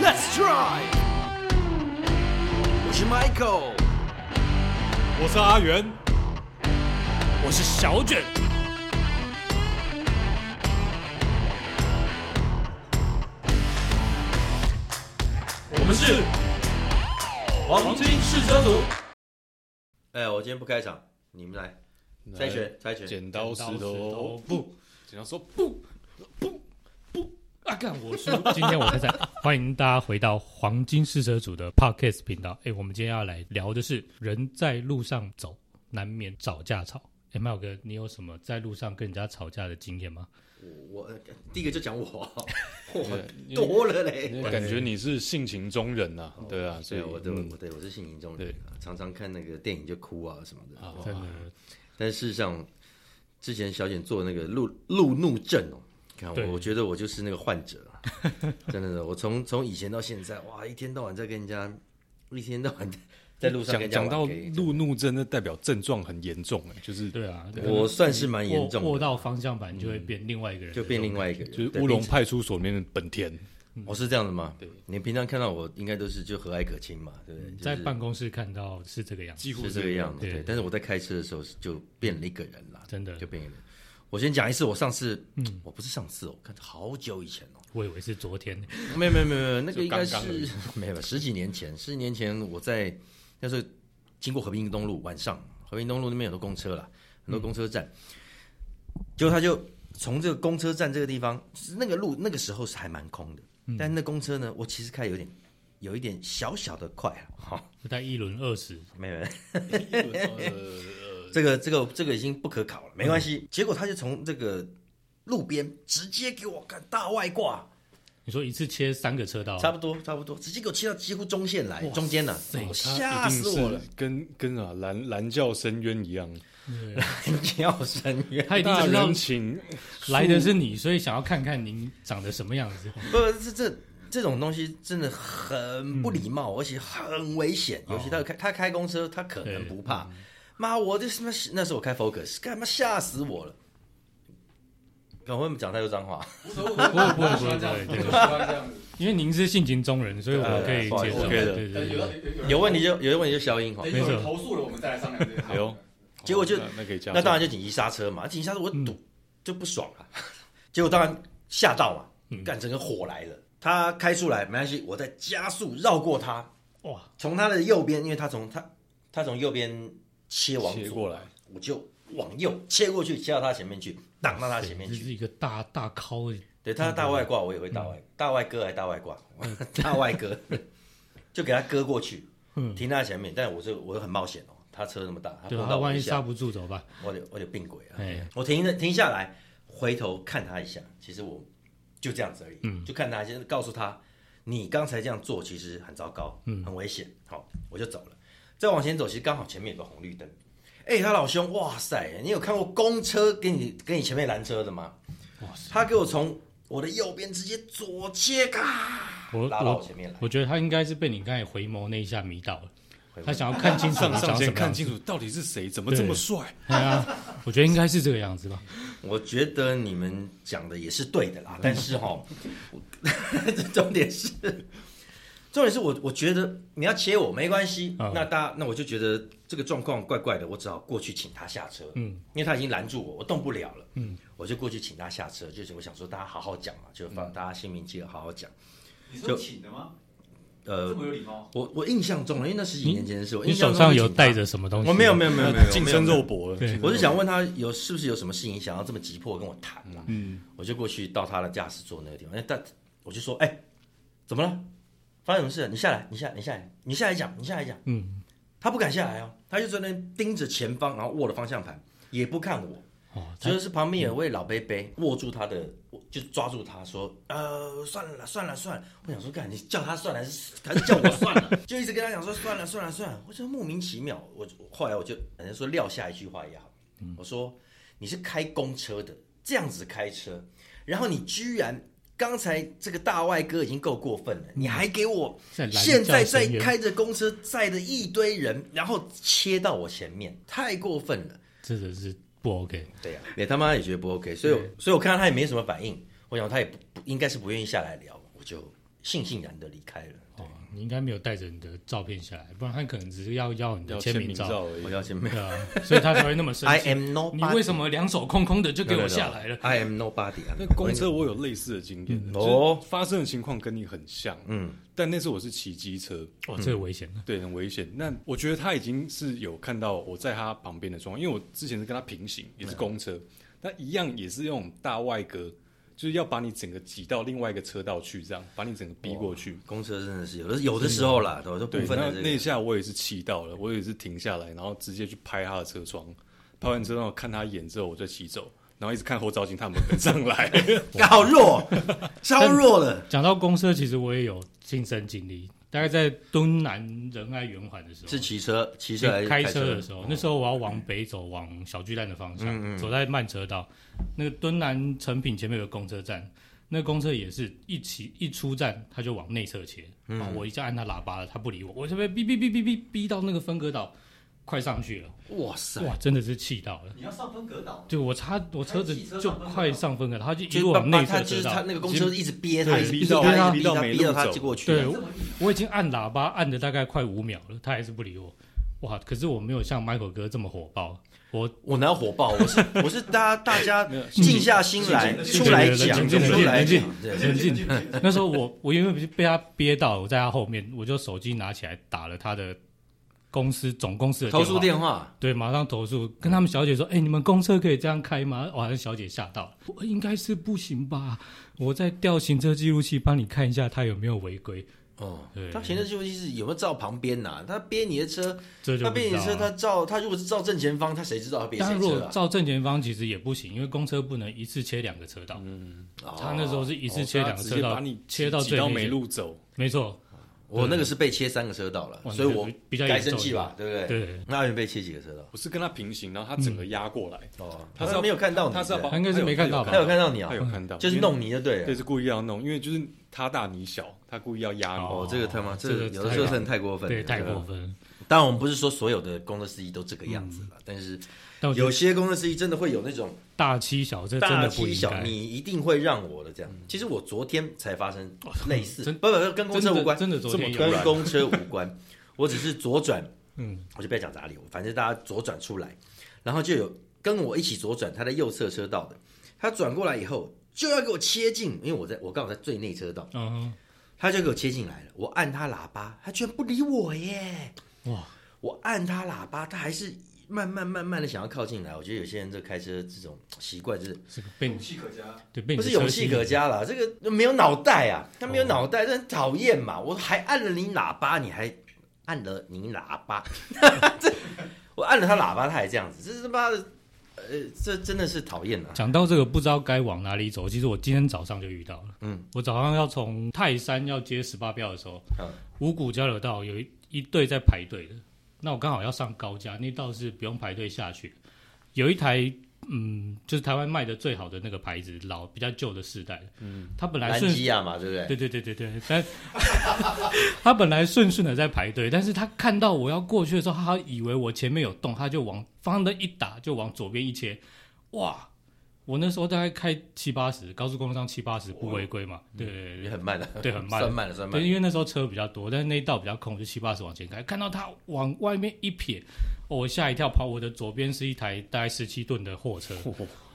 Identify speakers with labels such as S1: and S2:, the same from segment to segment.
S1: Let's try！我是 Michael，
S2: 我是阿元，
S3: 我是小卷。
S2: 我们是黄金试车组。
S1: 哎，我今天不开场，你们来猜拳，猜拳。
S4: 剪刀石头
S3: 布，
S4: 剪刀说不，
S3: 啊，干我输！今天我在在，欢迎大家回到黄金试车组的 Podcast 频道。哎、我们今天要来聊的是人在路上走，难免找架吵。哎、麦友哥，你有什么在路上跟人家吵架的经验吗？
S1: 我呃第一个就讲 我，我
S4: 对
S1: 多了
S4: 因
S1: 嘞。啊
S4: 为感觉你是性情中人呐、对啊，所以
S1: 哦对，我对
S4: 嗯
S1: 我对我是性情中人啊，常常看那个电影就哭啊什么的。
S4: 啊
S3: 真的，
S1: 但事实上，之前小简做那个路路怒症哦，看
S3: 对
S1: 我，我觉得我就是那个患者啊，真的的。我从从以前到现在，哇，一天到晚在跟人家，一天到晚在路上跟
S4: 讲
S1: 人家
S4: 讲到
S1: 玩 gay
S4: 路怒症，那代表症状很严重哎、就是
S3: 对啊，
S1: 我算是蛮严重
S3: 握握
S1: 的，嗯
S3: 到方向盘就会变另外一个人，
S1: 就变另外一个人，
S4: 就是
S1: 对
S4: 乌龙派出所里面的本田，
S1: 我是这样的吗？对，你平常看到我应该都是就和蔼可亲嘛，对不对？
S3: 嗯在
S1: 就是
S3: 办公室看到是这个样子。
S4: 几乎
S1: 是这个样子，
S3: 对
S1: 对。但是我在开车的时候是就变了一个人啦，
S3: 真的
S1: 就变一个人。我先讲一次，我上次，我不是上次哦，我看好久以前哦，
S3: 我以为是昨天，
S1: 没有没有没有没有，那个应该
S4: 就刚刚而
S1: 是 没有十几年前，十几年前我在那时候经过和平东路，晚上和平东路那边有很多公车啦，很多公车站，结果他就从这个公车站这个地方，那个路那个时候是还蛮空的，
S4: 嗯
S1: 但那公车呢，我其实开有点有一点小小的快啊，哈，
S3: 在一轮二十，
S1: 没有没有，
S4: 呃，
S1: 这个这个这个已经不可考了，没关系。结果他就从这个路边直接给我干大外挂，
S3: 你说一次切三个车道，
S1: 差不多差不多，直接给我切到几乎中线来，中间了，
S4: 哦
S1: 吓死我 了！，
S4: 他一定是跟跟啊蓝蓝教深渊一样，
S1: 要深渊，
S3: 他一定
S4: 大
S3: 知道
S4: 人情
S3: 来的是你，所以想要看看您长得什么样子。
S1: 不这这这种东西真的很不礼貌，而且很危险。尤其他开他开公车，他可能不怕。妈，我这什么？那时候我开 Focus，干嘛吓死我 了！赶快讲太多脏话，
S3: 不会不会不会不会，对
S2: 对，
S3: 因为您是性情中人，所以我可以
S1: 不好意
S3: 接
S1: 思
S3: 受。
S4: OK 的
S3: 对对对对，
S1: 有问题就有问题就消音哈。
S2: 等
S3: 没
S2: 有
S3: 错
S2: 人投诉了，我们再来商量这个。
S4: 哎呦
S1: 结果就
S4: 那那可以加，
S1: 那当然就紧急刹车嘛，紧急刹车我
S3: 嗯
S1: 堵、就不爽啊，结果当然吓到嘛，
S3: 嗯
S1: 干整个火来了，他开出来没关系，我再加速绕过他，
S3: 哇，
S1: 从他的右边，因为他从他他从右边切往
S4: 切
S1: 左
S4: 过来，
S1: 我就往右切过去，切到他前面去，挡到他前面
S3: 这
S1: 去。
S3: 是一嗯个大大靠，
S1: 对他的大外挂我也会大外、大外割还是大外挂，
S3: 嗯
S1: 大外割就给他割过去，停在他前面，但我就我就很冒险哦，他车那么大，他
S3: 嗯对
S1: 碰到
S3: 吧？他
S1: 我
S3: 万
S1: 一
S3: 一
S1: 下
S3: 刹，不住怎么办？
S1: 我得我得病鬼啊。
S3: 哎，
S1: 我停了停下来，回头看他一下，其实我就这样子而已，
S3: 嗯
S1: 就看他一下，告诉他你刚才这样做其实很糟糕，
S3: 嗯
S1: 很危险，好，我就走了。再往前走，其实刚好前面有个红绿灯。哎、他老兄，哇塞！你有看过公车跟你跟你前面拦车的吗？他给我从我的右边直接左切，咔，
S3: 我
S1: 拉到我
S3: 我
S1: 前面来。
S3: 我觉得他应该是被你刚才回眸那一下迷到了，
S1: 回眸
S3: 他想要看清楚
S4: 上
S3: 你
S4: 上
S3: 长什
S4: 前
S3: 么样
S4: 看
S3: 子
S4: 清。楚到底是谁，怎么这么帅？
S3: 对啊，我觉得应该是这个样子吧。
S1: 我觉得你们讲的也是对的
S3: 嗯
S1: 啦，但是哈，我 重点是，重点是我我觉得你要切我没关系，
S3: 嗯
S1: 那大家那我就觉得这个状况怪怪的，我只好过去请他下车，嗯，因为他已经拦住我，我动不了了，嗯，我就过去请他下车，就是我想说大家好好讲嘛，就
S3: 嗯
S1: 放大家心平气和好好讲，
S2: 你是用请的吗？这
S1: 呃，
S5: 嗯
S2: 么有礼貌，
S1: 我我印象中，因为那十几年前的事，我
S3: 你
S1: 印象
S3: 手
S1: 中
S3: 上
S1: 是
S3: 有
S1: 请他
S3: 带，着什么东西？
S1: 我没有没有没有没有
S4: 近
S1: 没有
S4: 身
S1: 没有
S4: 肉搏了，
S3: 对
S4: 竞争
S1: 我是想问他有是不是有什么事情想要这么急迫跟我谈啦、嗯，我就过去到他的驾驶座那个地方，那但我就说，哎、怎么了？发生什么事了？你下来，你下，你下来，你下来讲，你下来讲。
S3: 嗯，
S1: 他不敢下来哦，他就在那边盯着前方，然后握了方向盘，也不看我。
S3: 哦，他
S1: 就是旁边有位老伯伯握住他的，就抓住他说：“呃，算了啦算了算了。”我想说，干你叫他算了还是还是叫我算了？ 就一直跟他讲说算了算了算了。我就莫名其妙，我我后来我就人家说撂下一句话也好，
S3: 嗯
S1: 我说你是开公车的，这样子开车，然后你居然。刚才这个大外哥已经够过分了，你还给我
S3: 嗯在拦
S1: 现在
S3: 轿神
S1: 在
S3: 员
S1: 开着公车载着一堆人，然后切到我前面，太过分了。
S3: 真的是不 OK。
S1: 对呀、嗯也他妈也觉得不 OK，所以我所以我看到他也没什么反应，我想他也不不应该是不愿意下来聊，我就悻悻然的离开了。
S3: 哦，你应该没有带着你的照片下来，不然他可能只是要要你的
S4: 要
S3: 签
S4: 签
S3: 名
S4: 名照而
S1: 我
S4: 已。
S1: 要先没
S3: 对啊，所以他才会那么 生
S1: I
S3: 气。
S1: am nobody。
S3: 你为什么两手空空的就给我下来了？
S1: ？I am nobody 啊！
S4: 那公车我有类似的经验，
S1: 哦
S4: 哦，发生的情况跟你很像，
S1: 嗯
S4: 嗯，但那次我是骑机车，
S3: 哦，这个危险了。
S4: 对，很危险。那我觉得他已经是有看到我在他旁边的状况，因为我之前是跟他平行，也是公车，那、一样也是用大外格，就是要把你整个挤到另外一个车道去，这样把你整个逼过去。
S1: 公车真的是有的有的时候啦，我说哦部
S4: 对，
S1: 分
S4: 那
S1: 的这
S4: 那一
S1: 个
S4: 下我也是气到了，我也是停下来，然后直接去拍他的车窗，拍完车窗我看他眼之后，我再骑走，然后一直看后照镜他有没有跟 上来。
S1: 干好弱，超弱的。
S3: 讲到公车，其实我也有亲身经历，大概在敦南仁爱圆环的时候，
S1: 是骑车，骑车还是
S3: 开
S1: 车
S3: 车的时候，那时候我要往北走，往小巨蛋的方向，走在慢车道。那个敦南成品前面有个公车站，那个公车也是一起一出站，它就往内侧切。啊，我一下按他喇叭了，他不理我，我这边哔哔哔哔哔哔到那个分隔岛，快上去了，
S1: 哇塞，
S3: 哇，真的是气到了。
S2: 你要上分隔岛，
S3: 对我差我车子
S2: 开汽车
S3: 就
S2: 上分隔岛
S3: 快上分隔岛，他就一
S1: 就是
S3: 路
S1: 爸
S3: 往
S1: 爸
S3: 内
S1: 他
S3: 侧
S1: 就
S3: 车
S1: 是
S3: 道
S1: 他。那个公车一直憋他，
S4: 对
S1: 一直
S4: 逼
S1: 逼
S4: 到
S1: 他，
S4: 逼
S1: 逼
S4: 到
S1: 他，
S4: 没
S1: 逼到
S4: 路
S1: 他
S4: 走
S1: 就过去。
S3: 对，我我已经按喇叭按了大概快五秒了，他还是不理我。哇，可是我没有像 Michael 哥这么火 爆，我
S1: 我哪有火爆？我 是我是大家大家
S4: 没有
S1: 静下心来
S2: 静
S1: 出来
S3: 静静
S1: 讲，
S3: 冷静冷静
S1: 出来
S3: 冷静
S1: 讲。对
S3: 冷静。那时候我我因为被他憋到，我在他后面，我就手机拿起来打了他的公司总公司的
S1: 投诉
S3: 电话，
S1: 电话，
S3: 对，马上投诉，跟他们小姐说，哎、你们公车可以这样开吗？哇，那小姐吓到了，我应该是不行吧？我在调行车记录器帮你看一下他有没有违规，
S1: 哦
S3: 对，
S1: 他行车记录器是有没有照旁边呐？他憋你的车，
S3: 这就
S1: 他
S3: 不
S1: 憋你
S3: 知道
S1: 的车，
S3: 了。
S1: 他照他如果是照正前方，他谁知道他憋
S3: 但
S1: 谁
S3: 如
S1: 车
S3: 果
S1: 啊？
S3: 照正前方其实也不行，因为公车不能一次切两个车道。
S1: 哦
S3: 他那时候是一次切两个
S4: 直
S3: 车
S4: 接
S3: 道，
S4: 把你
S3: 切到
S4: 挤
S3: 最
S4: 到
S3: 内
S4: 没
S3: 线，
S4: 路走，
S3: 没错，
S1: 我那个是被切三个车道了，
S3: 哇
S1: 所以
S3: 那个
S1: 我
S3: 比比较
S1: 该
S3: 严重
S1: 生气
S3: 一点
S1: 吧，对不对？
S3: 对。
S1: 那阿元被切几个车道？
S4: 我是跟他平行，然后他整
S3: 嗯
S4: 个压过来，
S1: 哦，他
S4: 他是
S1: 是
S4: 要
S1: 没有看到你，
S4: 他是要把
S3: 他应该是
S4: 有
S3: 没看到吧
S1: 他有看到你啊
S4: 他，有看到，
S1: 就是弄你就对
S4: 对，
S1: 了。
S4: 是故意要弄，因为就是他大你小，他故意要压你。
S1: 哦，这个他妈，这
S3: 这
S1: 个
S3: 个
S1: 有的
S3: 太
S1: 时候
S3: 过
S1: 真的太过分了，
S3: 对，太
S1: 吧
S3: 过分了。
S1: 当然，我们不是说所有的公车司机都这个样
S3: 嗯
S1: 子了，但是
S3: 但我觉得
S1: 有些公车司机真的会有那种
S3: 大欺小，这真
S1: 大
S3: 的不
S1: 欺
S3: 应
S1: 小，
S3: 该。嗯
S1: 你一定会让我的这样。其实我昨天才发生类似，
S3: 真
S1: 不不，不跟公车
S3: 哦真的
S1: 无关，
S3: 真的昨天有
S1: 跟公车无关。 我只是左转，
S3: 嗯，
S1: 我就不要讲哪里，反正大家左转出来，然后就有跟我一起左转，他在右侧车道的，他转过来以后就要给我切进，因为我在我刚好在最内车道，
S3: 嗯
S1: 他就给我切进来了，我按他喇叭，他居然不理我耶！
S3: 哼，哇，
S1: 我按他喇叭，他还是慢慢慢慢的想要靠近来。我觉得有些人这开车这种习惯就是
S3: 这个被
S2: 勇
S3: 你
S2: 气可嘉。
S3: 对被你
S1: 不
S3: 的
S1: 是勇
S3: 车哦
S1: 气
S3: 吸
S1: 可
S3: 引，
S1: 嘉啦，这个没有脑袋啊，他没有脑袋，这很讨厌嘛。我还按了你喇叭，你还按了你喇 叭，这我按了他喇叭，他还这样子，这是他妈的，呃，这真的是讨厌啊！
S3: 讲到这个不知道该往哪里走，其实我今天早上就遇到了。嗯，我早上要从泰山要接十八标的时候
S1: 嗯，
S3: 五股交流道有一一队在排队的，那我刚好要上高架，那道是不用排队下去。有一台嗯，就是台湾卖的最好的那个牌子，老比较旧的世代的，嗯，它本来
S1: 兰
S3: 顺
S1: 基亚啊嘛，对不对？
S3: 对对对对对，但 他本来顺顺的在排队，但是他看到我要过去的时候，他以为我前面有洞，他就往方向灯一打，就往左边一切，哇！我那时候大概开七八十，高速公路上七八十不违规嘛，对对
S1: 也
S3: 对
S1: 很慢的，
S3: 对很慢
S1: 算慢了，算
S3: 对，
S1: 慢
S3: 对，
S1: 了。
S3: 因为那时候车比较多，但是那一道比较空，我就七八十往前开，看到他往外面一撇，哦我吓一跳，跑我的左边是一台大概十七吨的货车，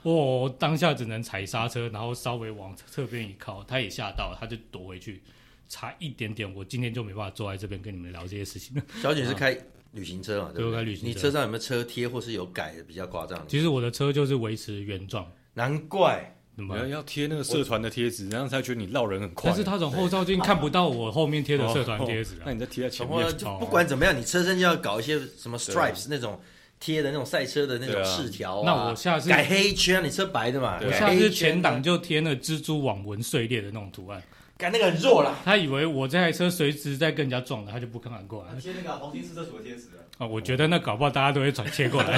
S3: 哦，当下只能踩刹车，然后稍微往侧边一靠，他也吓到了，他就躲回去，差一点点，我今天就没办法坐在这边跟你们聊这些事情了。
S1: 小姐是开旅行车嘛，对不对？
S3: 啊对我开旅行车
S1: 你车上有没有车贴或是有改的比较夸张的？
S3: 其实我的车就是维持原状，
S1: 难怪
S3: 那
S4: 你要
S3: 么。
S4: 要贴那个社团的贴纸，然后才觉得你绕人很快。
S3: 但是他从后照镜看不到我后面贴的社团贴纸
S4: 哦
S3: 啊
S4: 那，你再贴在前
S1: 然
S4: 面
S1: 后。就
S3: 哦
S1: 不管怎么样，你车身就要搞一些什么 stripes 那种贴的那种赛车的那种
S4: 对啊
S1: 饰条啊、
S3: 啊那我下次啊
S1: 改黑圈，你车白的嘛，
S4: 对
S3: 我
S1: 改
S3: 下
S1: 黑
S3: 次
S1: 圈
S3: 前挡就贴那蜘蛛网纹碎裂的那种图案，
S1: 改那个很弱啦。
S3: 他以为我这台车随时在跟人家撞的，他就不敢过来
S2: 贴啊那个黄金四射手的贴纸啊，
S3: 啊！我觉得那搞不好大家都会转切过来。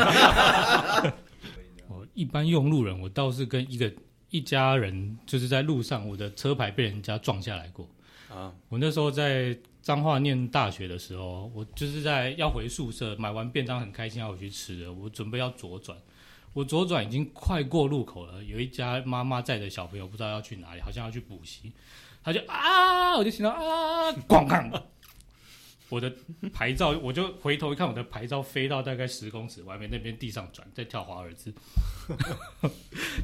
S3: 我哦一般用路人，我倒是跟一个一家人，就是在路上，我的车牌被人家撞下来过。
S4: 啊，
S3: 我那时候在彰化念大学的时候，我就是在要回宿舍，买完便当很开心要回去吃的，我准备要左转，我左转已经快过路口了，有一家妈妈载着小朋友不知道要去哪里，好像要去补习，他就啊，我就听到啊，咣当，我的牌照，我就回头一看，我的牌照飞到大概十公尺外面那边地上转，再跳华尔兹。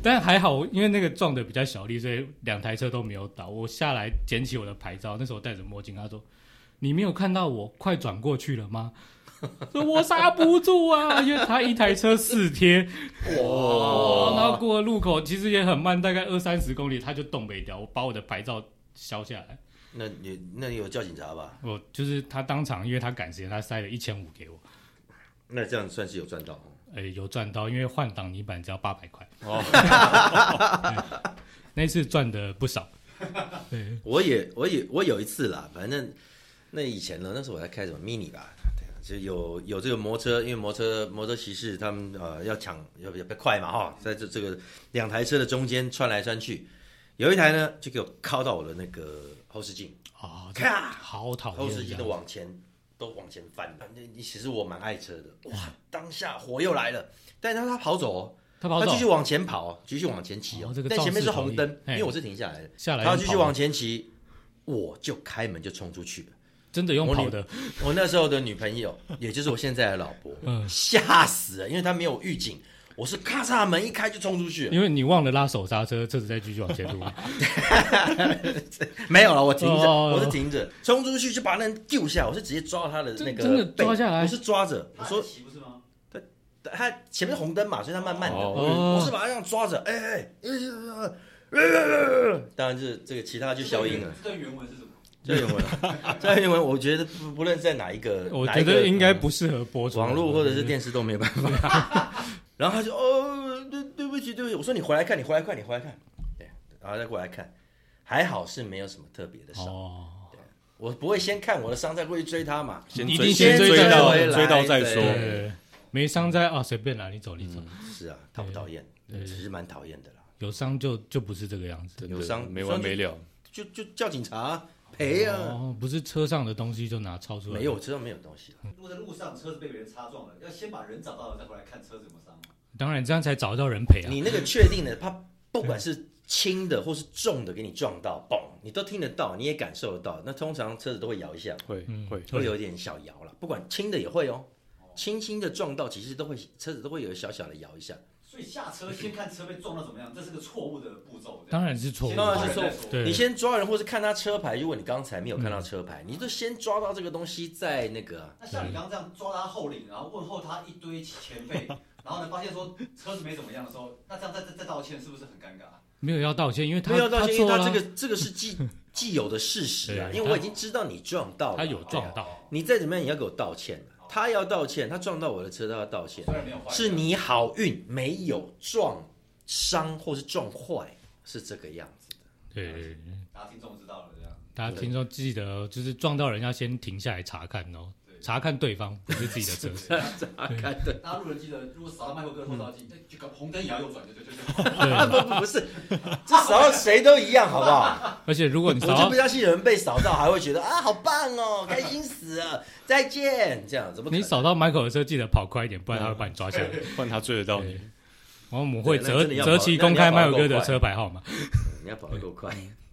S3: 但还好，因为那个撞的比较小力，所以两台车都没有倒。我下来捡起我的牌照，那时候戴着墨镜，他说：“你没有看到我快转过去了吗？” 说我刹不住啊，因为他一台车四贴，
S1: 哦
S3: 哇！然后过了路口其实也很慢，大概二三十公里，他就动没掉，我把我的牌照削下来。
S1: 那你那你有叫警察吧？
S3: 我就是他当场，因为他赶时间，他塞了一千五给我，
S1: 那这样算是有赚到哦。
S3: 呃，有赚到，因为换挡泥板只要八百块。哦， 那次赚的不少。对，
S1: 我也我也我有一次啦，反正那以前呢，那时候我在开什么 mini 吧，对啊，就有有这个摩托车，因为摩托车摩托骑士他们呃要抢要要要快嘛哈，在这这个两台车的中间穿来穿去，有一台呢就给我靠到我的那个后视镜，
S3: 啊、这
S1: 咔
S3: 好讨
S1: 后
S3: 厌
S1: 视
S3: 这
S1: 镜
S3: 样
S1: 都往前都往前翻了。那其实我蛮爱车的，哇，当下火又来了，但是他跑走、哦，
S3: 他跑
S1: 他
S3: 走
S1: 继续往前跑哦，继续往前骑哦，
S3: 哦这个
S1: 但前面是
S3: 肇事逃
S1: 红
S3: 逸
S1: 灯，因
S3: 嘿
S1: 为我是停下来的，
S3: 下来
S1: 他要
S3: 用
S1: 继续
S3: 跑的
S1: 往前骑，我就开门就冲出去了。
S3: 真的用
S1: 我女
S3: 跑的，
S1: 我那时候的女朋友，也就是我现在的老婆，
S3: 嗯
S1: 吓死了，因为她没有预警，我是咔嚓门一开就冲出去了，
S3: 因为你忘了拉手刹车，车子再继续往前 撸。
S1: 没有了，我停着，
S3: 哦
S1: 我是停着，冲出去就把那人救下来，我是直接抓他的那个
S3: 真真的
S1: 背
S3: 抓下来
S1: 我是抓着，我说
S2: 啊骑不是吗？
S1: 他前面红灯嘛，所以他慢慢的，
S3: 哦
S1: 我是把他这样抓着，哎哎哎哎哎，哎当然就是这个其他就消 音了，
S2: 这段原文是什么？
S1: 这原文，这原文我觉得不不论在哪一个，
S3: 我
S1: 哪
S3: 觉
S1: 一个嗯
S3: 得应该不适合播出
S1: 网络或者是电视都没有办法。 然后他就哦，对对不起，对不起，我说你回来看，你回来看，你回来看，对，然后再过来看，还好是没有什么特别的伤，
S3: 哦，
S1: 我不会先看我的伤再过去追他嘛，
S4: 先
S3: 一
S4: 追
S3: 定先
S4: 追
S3: 追
S4: 到
S1: 回来
S4: 追到再
S1: 对
S4: 说。
S3: 对，没伤在啊，随便啦，你走你走，
S1: 是啊，讨不讨厌？
S3: 对
S1: 其实蛮讨厌的啦，
S3: 有伤就就不是这个样子。
S4: 真
S1: 有
S4: 的
S1: 伤
S4: 没完没了，
S1: 就就叫警察啊赔啊，
S3: 哦，不是车上的东西就拿超出来，
S1: 没有，我知道没有东西了，
S2: 如果在路上车子被别人擦撞了，要先把人找到了，再回来看车子有没有伤。
S3: 当然这样才找得到人赔啊。
S1: 你那个确定的，他不管是。轻的或是重的给你撞到，嘣，你都听得到，你也感受得到。那通常车子都会摇一下，
S4: 会
S3: 嗯
S4: 会
S1: 会有点小摇了，不管轻的也会哦，轻轻的撞到，其实都会车子都会有小小的摇一下。
S2: 所以下车先看车被撞到怎么样，这是个错误的步骤。
S3: 当然是错误
S2: 先
S1: 当
S2: 抓
S1: 然
S2: 人
S1: 是错
S2: 再
S1: 误
S2: 说
S3: 对
S1: 你先抓人，或是看他车牌，如果你刚才没有看到车牌，
S3: 嗯
S1: 你就先抓到这个东西，再那个啊
S2: 那像你刚刚这样抓他后领，然后问候他一堆前辈，然后呢发现说车子没怎么样的时候，那这样再再再道歉是不是很尴尬？
S3: 没有要道歉，因哎为他
S1: 没有到现在，因为
S3: 他
S1: 他这
S3: 做了啊
S1: 个这个是 既既有的事实啊，
S3: 对
S1: 因为我已经知道你撞到了，
S3: 他有
S1: 对
S3: 撞
S1: 啊，
S3: 到，
S1: 你再怎么样也要给我道歉啊他要道歉，他撞到我的车，他要道歉
S2: 哎虽，然没有坏，
S1: 是你好运没有撞伤或是撞坏，是这个样子。
S3: 对对对，
S2: 大家听众知道了这样。
S3: 大家听说记得就是撞到人要先停下来查看哦，查看对方不是自己 的车。
S2: 大家路人记得，如果扫到麦克哥后照镜，那这个红灯也要右转，对对对对。
S1: 啊 不不不是，这时候谁都一样，好不好？
S3: 而且如果你
S1: 我
S3: 找
S1: 就
S3: 到
S1: 不相信有人被扫到还会觉得啊，好棒 哦，开心死了，再见，这样怎么可能
S3: 你扫到 Michael 的车，记得跑快一点，不然他会把你抓起来。
S4: 不然他追得到你。
S3: 然后我们会
S1: 对那
S3: 择
S1: 真的要跑
S3: 择期公开 Michael 哥的车牌号码。
S1: 你要跑得够快，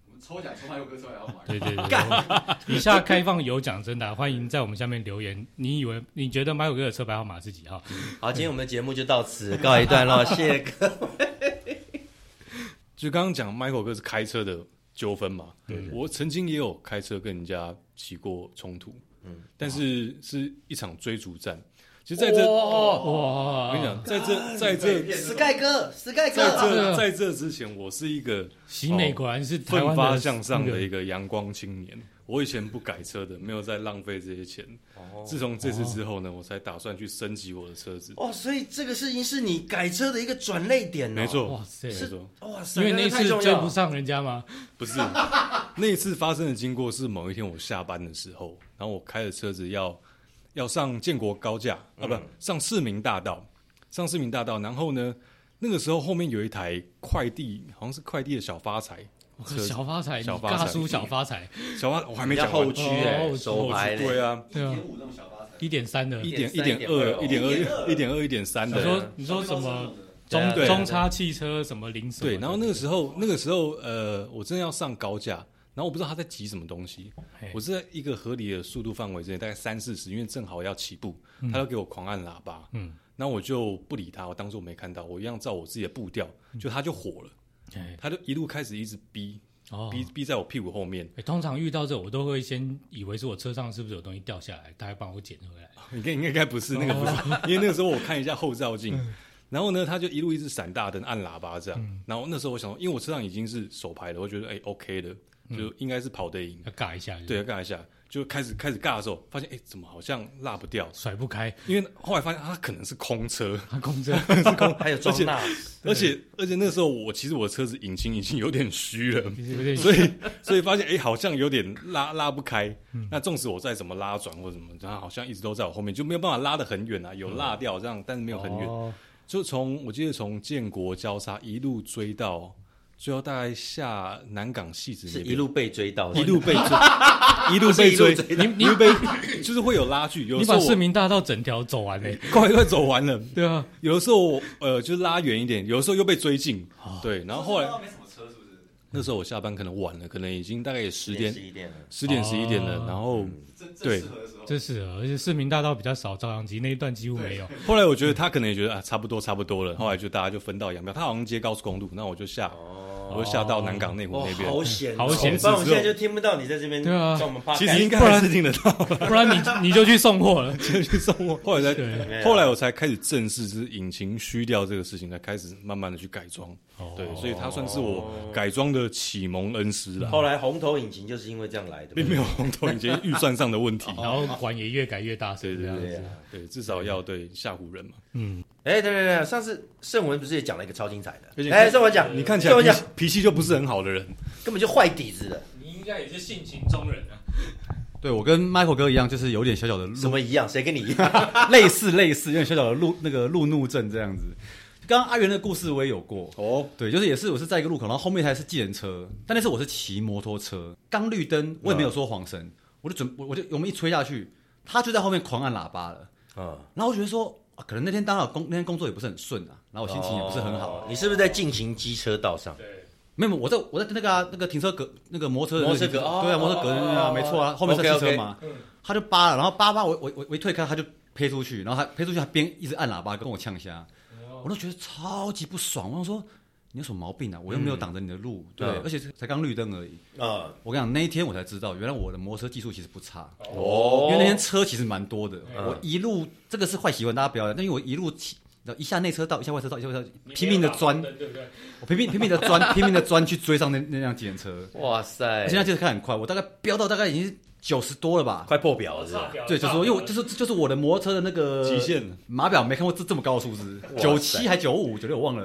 S2: 我们抽奖抽麦克哥出来，然后买。
S3: 对对对对，以下开放有奖征答，欢迎在我们下面留言。你以为你觉得 Michael 哥的车牌号码是几号？
S1: 好，今天我们的节目就到此告一段 落，谢谢各位。
S4: 就刚刚讲 Michael 哥是开车的纠纷嘛，我曾经也有开车跟人家起过冲突，嗯，但是是一场追逐战。其实在这，
S1: 哇
S3: 哇，
S4: 我跟你讲，在这，在 这，
S1: ，Sky 哥，Sky
S4: 在
S1: 哥，
S4: 这，在这之前，我是一个
S3: 喜美果然是台
S4: 奋
S3: 湾
S4: 发
S3: 的
S4: 向上的
S3: 那
S4: 一
S3: 个
S4: 个阳光青年。我以前不改车的，没有在浪费这些钱。自从这次之后呢，我才打算去升级我的车子。
S1: 哦，所以这个事情是你改车的一个转类点哦，
S4: 没，错，
S3: 哇塞
S4: 没错，
S1: 哇塞，
S3: 因为那
S1: 太
S3: 次
S1: 重
S3: 追
S1: 要
S3: 不上人家嘛，
S4: 不 是，那一次发生的经过是某一天我下班的时候，然后我开着车子要要上建国高架、啊，
S1: 嗯
S4: 不上市民大道，上市民大道。然后呢，那个时候后面有一台快递，好像是快递的小发财
S3: 我靠
S4: 车子，
S3: 小发财，你
S4: 小发财
S3: 大叔小发财，
S4: 小发我还没
S1: 比较
S4: 讲
S1: 后
S4: 完，
S1: 驱
S3: 哦
S1: 哎，
S3: 我
S1: 手牌嘞
S4: 对，啊，
S2: 一点五那种小巴车，
S3: 一点三的。
S4: 一
S1: 点哦
S4: 点
S1: 三
S4: 点二，一
S1: 一
S4: 点
S1: 点
S4: 二，
S2: 二
S4: 一点二，一点三
S3: 你
S1: 对啊
S4: 的。
S3: 说你说什么
S1: 对啊
S3: 中
S4: 对啊
S3: 中差汽车什么零什么的？
S4: 对，然后那个时候，那个时候，呃，我真的要上高架，然后我不知道他在急什么东西
S3: 嘿，
S4: 我是在一个合理的速度范围之内，大概三四十，因为正好要起步，
S3: 嗯
S4: 他就给我狂按喇叭，嗯，那我就不理他，我当做没看到，我一样照我自己的步调，
S3: 嗯
S4: 就他就火了，
S3: 哎
S4: 他就一路开始一直逼
S3: 哦，
S4: 逼逼在我屁股后面，
S3: 哎通常遇到这，我都会先以为是我车上是不是有东西掉下来，他还帮我捡回来。
S4: 应该应该不是那个不是，
S3: 哦
S4: 因为那个时候我看一下后照镜，
S3: 嗯
S4: 然后呢，他就一路一直闪大灯、按喇叭这样。然后那时候我想说，因为我车上已经是手排了，我觉得哎 OK 的，
S3: 嗯
S4: 就应该是跑得赢。
S3: 要尬一下，
S4: 对，，要干一下，就开始开始尬的时候，发现哎怎么好像落不掉，
S3: 甩不开，
S4: 因为后来发现它可能是空车，
S3: 他控制。
S1: 还有装纳，
S4: 而且而且那时候我其实我的车子引擎已经有点虚了。
S3: 其实有点
S4: 所以，所以发现哎、好像有点拉拉不开。
S1: 嗯
S4: 那纵使我再怎么拉转或者怎么，它好像一直都在我后面，就没有办法拉得很远啊，有拉掉这样，但是没有很远。
S3: 哦
S4: 就从我记得从建国交叉一路追到，最后大概下南港戏子那
S1: 是
S4: 边
S1: 一路被追到，
S4: 一路被追，一路
S1: 不
S4: 被
S1: 是一路
S4: 追，
S1: 追
S4: 你你被就是会有拉锯，有
S3: 你
S4: 的时
S3: 把
S4: 候
S3: 市
S4: 我
S3: 民大道整条走完嘞。
S4: 快快走完了，
S3: 对啊，
S4: 有的时候我呃就是拉远一点，有的时候又被追进，对，然后后来
S2: 没什么车是不是？
S4: 那时候我下班可能晚了，可能已经大概也十点
S1: 十一点了，
S4: 十点十一点了，然后。
S2: 真
S4: 对
S2: 正适合的时候，
S3: 这是啊，而且市民大道比较少照相机，那一段几乎没有。
S4: 后来我觉得他可能也觉得啊，差不多差不多了。后来就大家就分道扬镳。他好像接高速公路，那我就下，我就下到南港内湖
S1: 哦
S4: 那，边。
S1: 好险哦，
S3: 好险
S1: 不然我们现在就听不到你在这边
S3: 对啊
S1: 叫我们怕。
S4: 其实应该还是听得到，
S3: 不然你你就去送货了。
S4: 就去送我。 后来
S3: 对
S4: 才，后来我才开始正视就是引擎虚掉这个事情，才开始慢慢的去改装。
S3: 哦
S4: 对，所以他算是我改装的启蒙恩师
S3: 哦
S4: 了。
S1: 后来红头引擎就是因为这样来的嘛，
S4: 并没有红头引擎预算上的问 题。
S3: 然后管也越改越大
S4: 对
S3: 声，这
S4: 对
S3: 样
S4: 对
S1: 对
S3: 子
S1: 啊。
S4: 对，至少要对下湖人嘛。
S1: 哎，对对对，上次盛文不是也讲了一个超精彩
S4: 而
S1: 的
S4: 且？
S1: 哎，盛文讲，
S4: 你看起
S1: 盛
S4: 来
S1: 文
S4: 脾
S1: 讲
S4: 气脾气就不是很好的人，
S1: 根本就坏底子了，
S3: 你应该也是性情中人啊。
S5: 对我跟 Michael 哥一样，就是有点小小的
S1: 什
S5: 路，
S1: 么一样？谁跟你一样？
S5: 类似类似，有点小小的路那个路怒症这样子。刚刚阿元的故事我也有过
S4: 哦，
S5: 对，就是也是我是在一个路口，然后后面一台是计程车，但那次我是骑摩托车，刚绿灯我也没有说黄绳，我就准我我就我们一吹下去，他就在后面狂按喇叭了，
S1: 嗯，
S5: 然后我觉得说。啊、可能那天当然工那天工作也不是很顺啊，然后我心情也不是很好。啊
S1: 哦你是不是在进行机车道上？
S3: 对，
S5: 没有，没有我在我在那个、啊、那个停车格那个摩托车的
S1: 摩托车
S5: 那个
S1: 格哦
S5: 对啊，摩托车格那啊，
S1: 哦
S5: 没错啊，后面是
S1: OK，
S5: 汽车嘛，他就扒了，然后扒扒我我我我一退开他就飞出去，然后他飞出去，他边一直按喇叭跟我呛虾，
S1: 哦
S5: 我都觉得超级不爽，我想说你有什么毛病啊？我又没有挡着你的路，对，
S1: 嗯
S5: 而且才刚绿灯而已。
S1: 啊，
S5: 我跟你讲，那一天我才知道，原来我的摩托车技术其实不差。
S1: 哦
S5: 因为那天车其实蛮多的，
S1: 嗯
S5: 我一路这个是坏习惯，大家不要。但因为我一路骑，然后一下内车道，一下外车道，一下外车道，拼命的钻，
S3: 对不对？
S5: 我拼命拼命的钻， 拼命的钻去追上那那辆计程车。
S1: 哇塞
S5: 而且，那计程车开很快，我大概飙到大概已经九十多了吧。
S1: 快破表啊了是吧？
S5: 对，就是说，因为我就是就是我的摩托车的那个
S4: 极限
S5: 码表没看过这这么高的数字，
S1: 哇塞哦
S5: 九七还九五九六我忘了。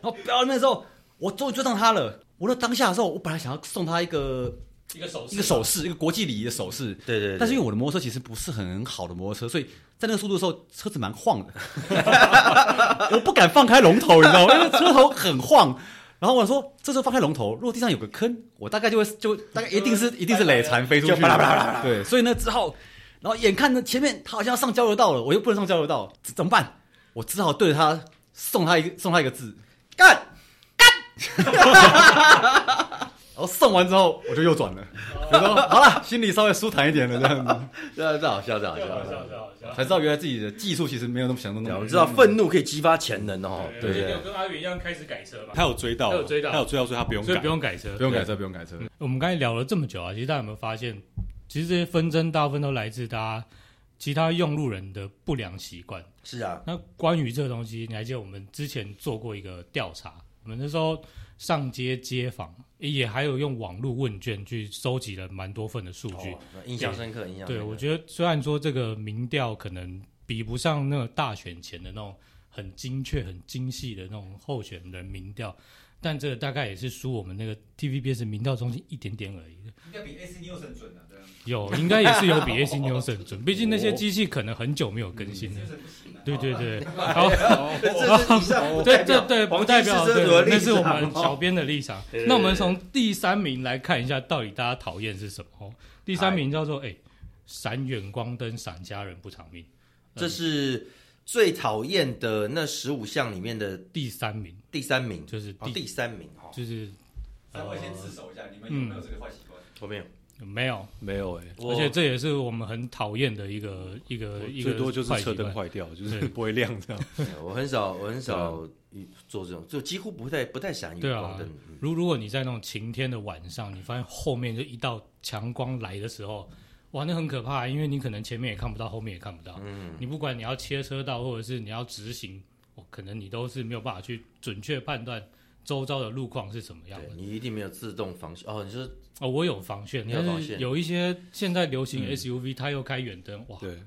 S5: 然后飙到那边的时候，我终于追上他了。我那当下的时候，我本来想要送他一个
S3: 一个手
S5: 一个手势，一个国际礼仪的手势，
S1: 对对对，
S5: 但是因为我的摩托车其实不是很好的摩托车，所以在那个速度的时候，车子蛮晃的， 我不敢放开龙头，你知道吗？因为车头很晃。然后我说，这时候放开龙头，如果地上有个坑，我大概就会就大概一定是一定是累残飞出去，
S1: 呃就啪啦啪啦啪啦
S5: 对，所以呢，只好，然后眼看着前面他好像要上交流道了，我又不能上交流道，怎怎么办？我只好对着他送他一个送他一个字，干干。 然后送完之后，我就右转了。我说好了，心里稍微舒坦一点了，这 样子，
S1: 啊这这好笑， 这好笑。
S5: 才知道原来自己的技术其实没有那么想象
S1: 对
S5: 中
S1: 啊
S5: 那
S1: 我
S5: 么。
S1: 们知道愤怒可以激发潜能哦，对
S3: 对
S1: 不
S3: 对，
S1: 对
S3: 有？跟阿元一样开始改车吧，
S4: 他有追到，
S3: 他有追到
S4: 他有追到，所以他不用
S3: 所以
S4: 改
S3: 不。用改车
S5: 不。用改车，不用改车。
S3: 我们刚才聊了这么久啊，其实大家有没有发现，其实这些纷争大部分都来自大家其他用路人的不良习惯。
S1: 是啊，
S3: 那关于这个东西，你还记得我们之前做过一个调查？我们那时候上街街访，也还有用网络问卷去收集了蛮多份的数据。
S1: 哦印象深刻，印象深刻
S3: 对，我觉得虽然说这个民调可能比不上那个大选前的那种很精确、很精细的那种候选人民调，但这个大概也是输我们那个 TVBS 民调中心一点点而已。
S2: 应该比 AC Newton 准的，对啊
S3: 有，应该也是有比 AC Nielsen 准，毕竟那些机器可能很久没有更新了。
S2: ，Newton 不行啊。
S3: 对对 对，好，哦
S1: 这是以上不代
S3: 对对
S1: 表
S3: 对，不
S1: 黄
S3: 代
S1: 金
S3: 表
S1: 四车主的啊立
S3: 对，那是我
S1: 场
S3: 们小编的立场
S1: 哦对对。对
S3: 那我们从第三名来看一下，到底大家讨厌是什么？哦第三名叫做哎，闪远光灯闪家人不偿命，
S1: 这是最讨厌的那十五项里面的
S3: 第三名
S1: 第三名，
S3: 就是
S1: 哦
S3: 第
S1: 第三名哈。
S3: 就是
S2: 三位先自首一下，你们有没有这个坏习惯？
S1: 我没有，
S3: 没有，
S4: 没有哎、
S1: 我
S3: 而且这也是我们很讨厌的一个一个哦一个
S4: 最多就是
S3: 坏习
S4: 车
S3: 惯
S4: 灯坏掉，就是不会亮这样。
S1: 没有我很少，我很少做这种，就几乎不太不太闪
S3: 啊对
S1: 远光
S3: 啊
S1: 灯。，
S3: 如如果你在那种晴天的晚上，你发现后面就一道强光来的时候，哇，那很可怕，因为你可能前面也看不到，后面也看不到。嗯，你不管你要切车道，或者是你要直行，哦，可能你都是没有办法去准确判断周遭的路况是什么样
S1: 对
S3: 的。
S1: 你一定没有自动防哦，你说
S3: 哦，我有防眩，
S1: 你有防嗯
S3: 但是
S1: 眩
S3: 有一些现在流行 SUV，、它又开远灯，哇，
S4: 对，因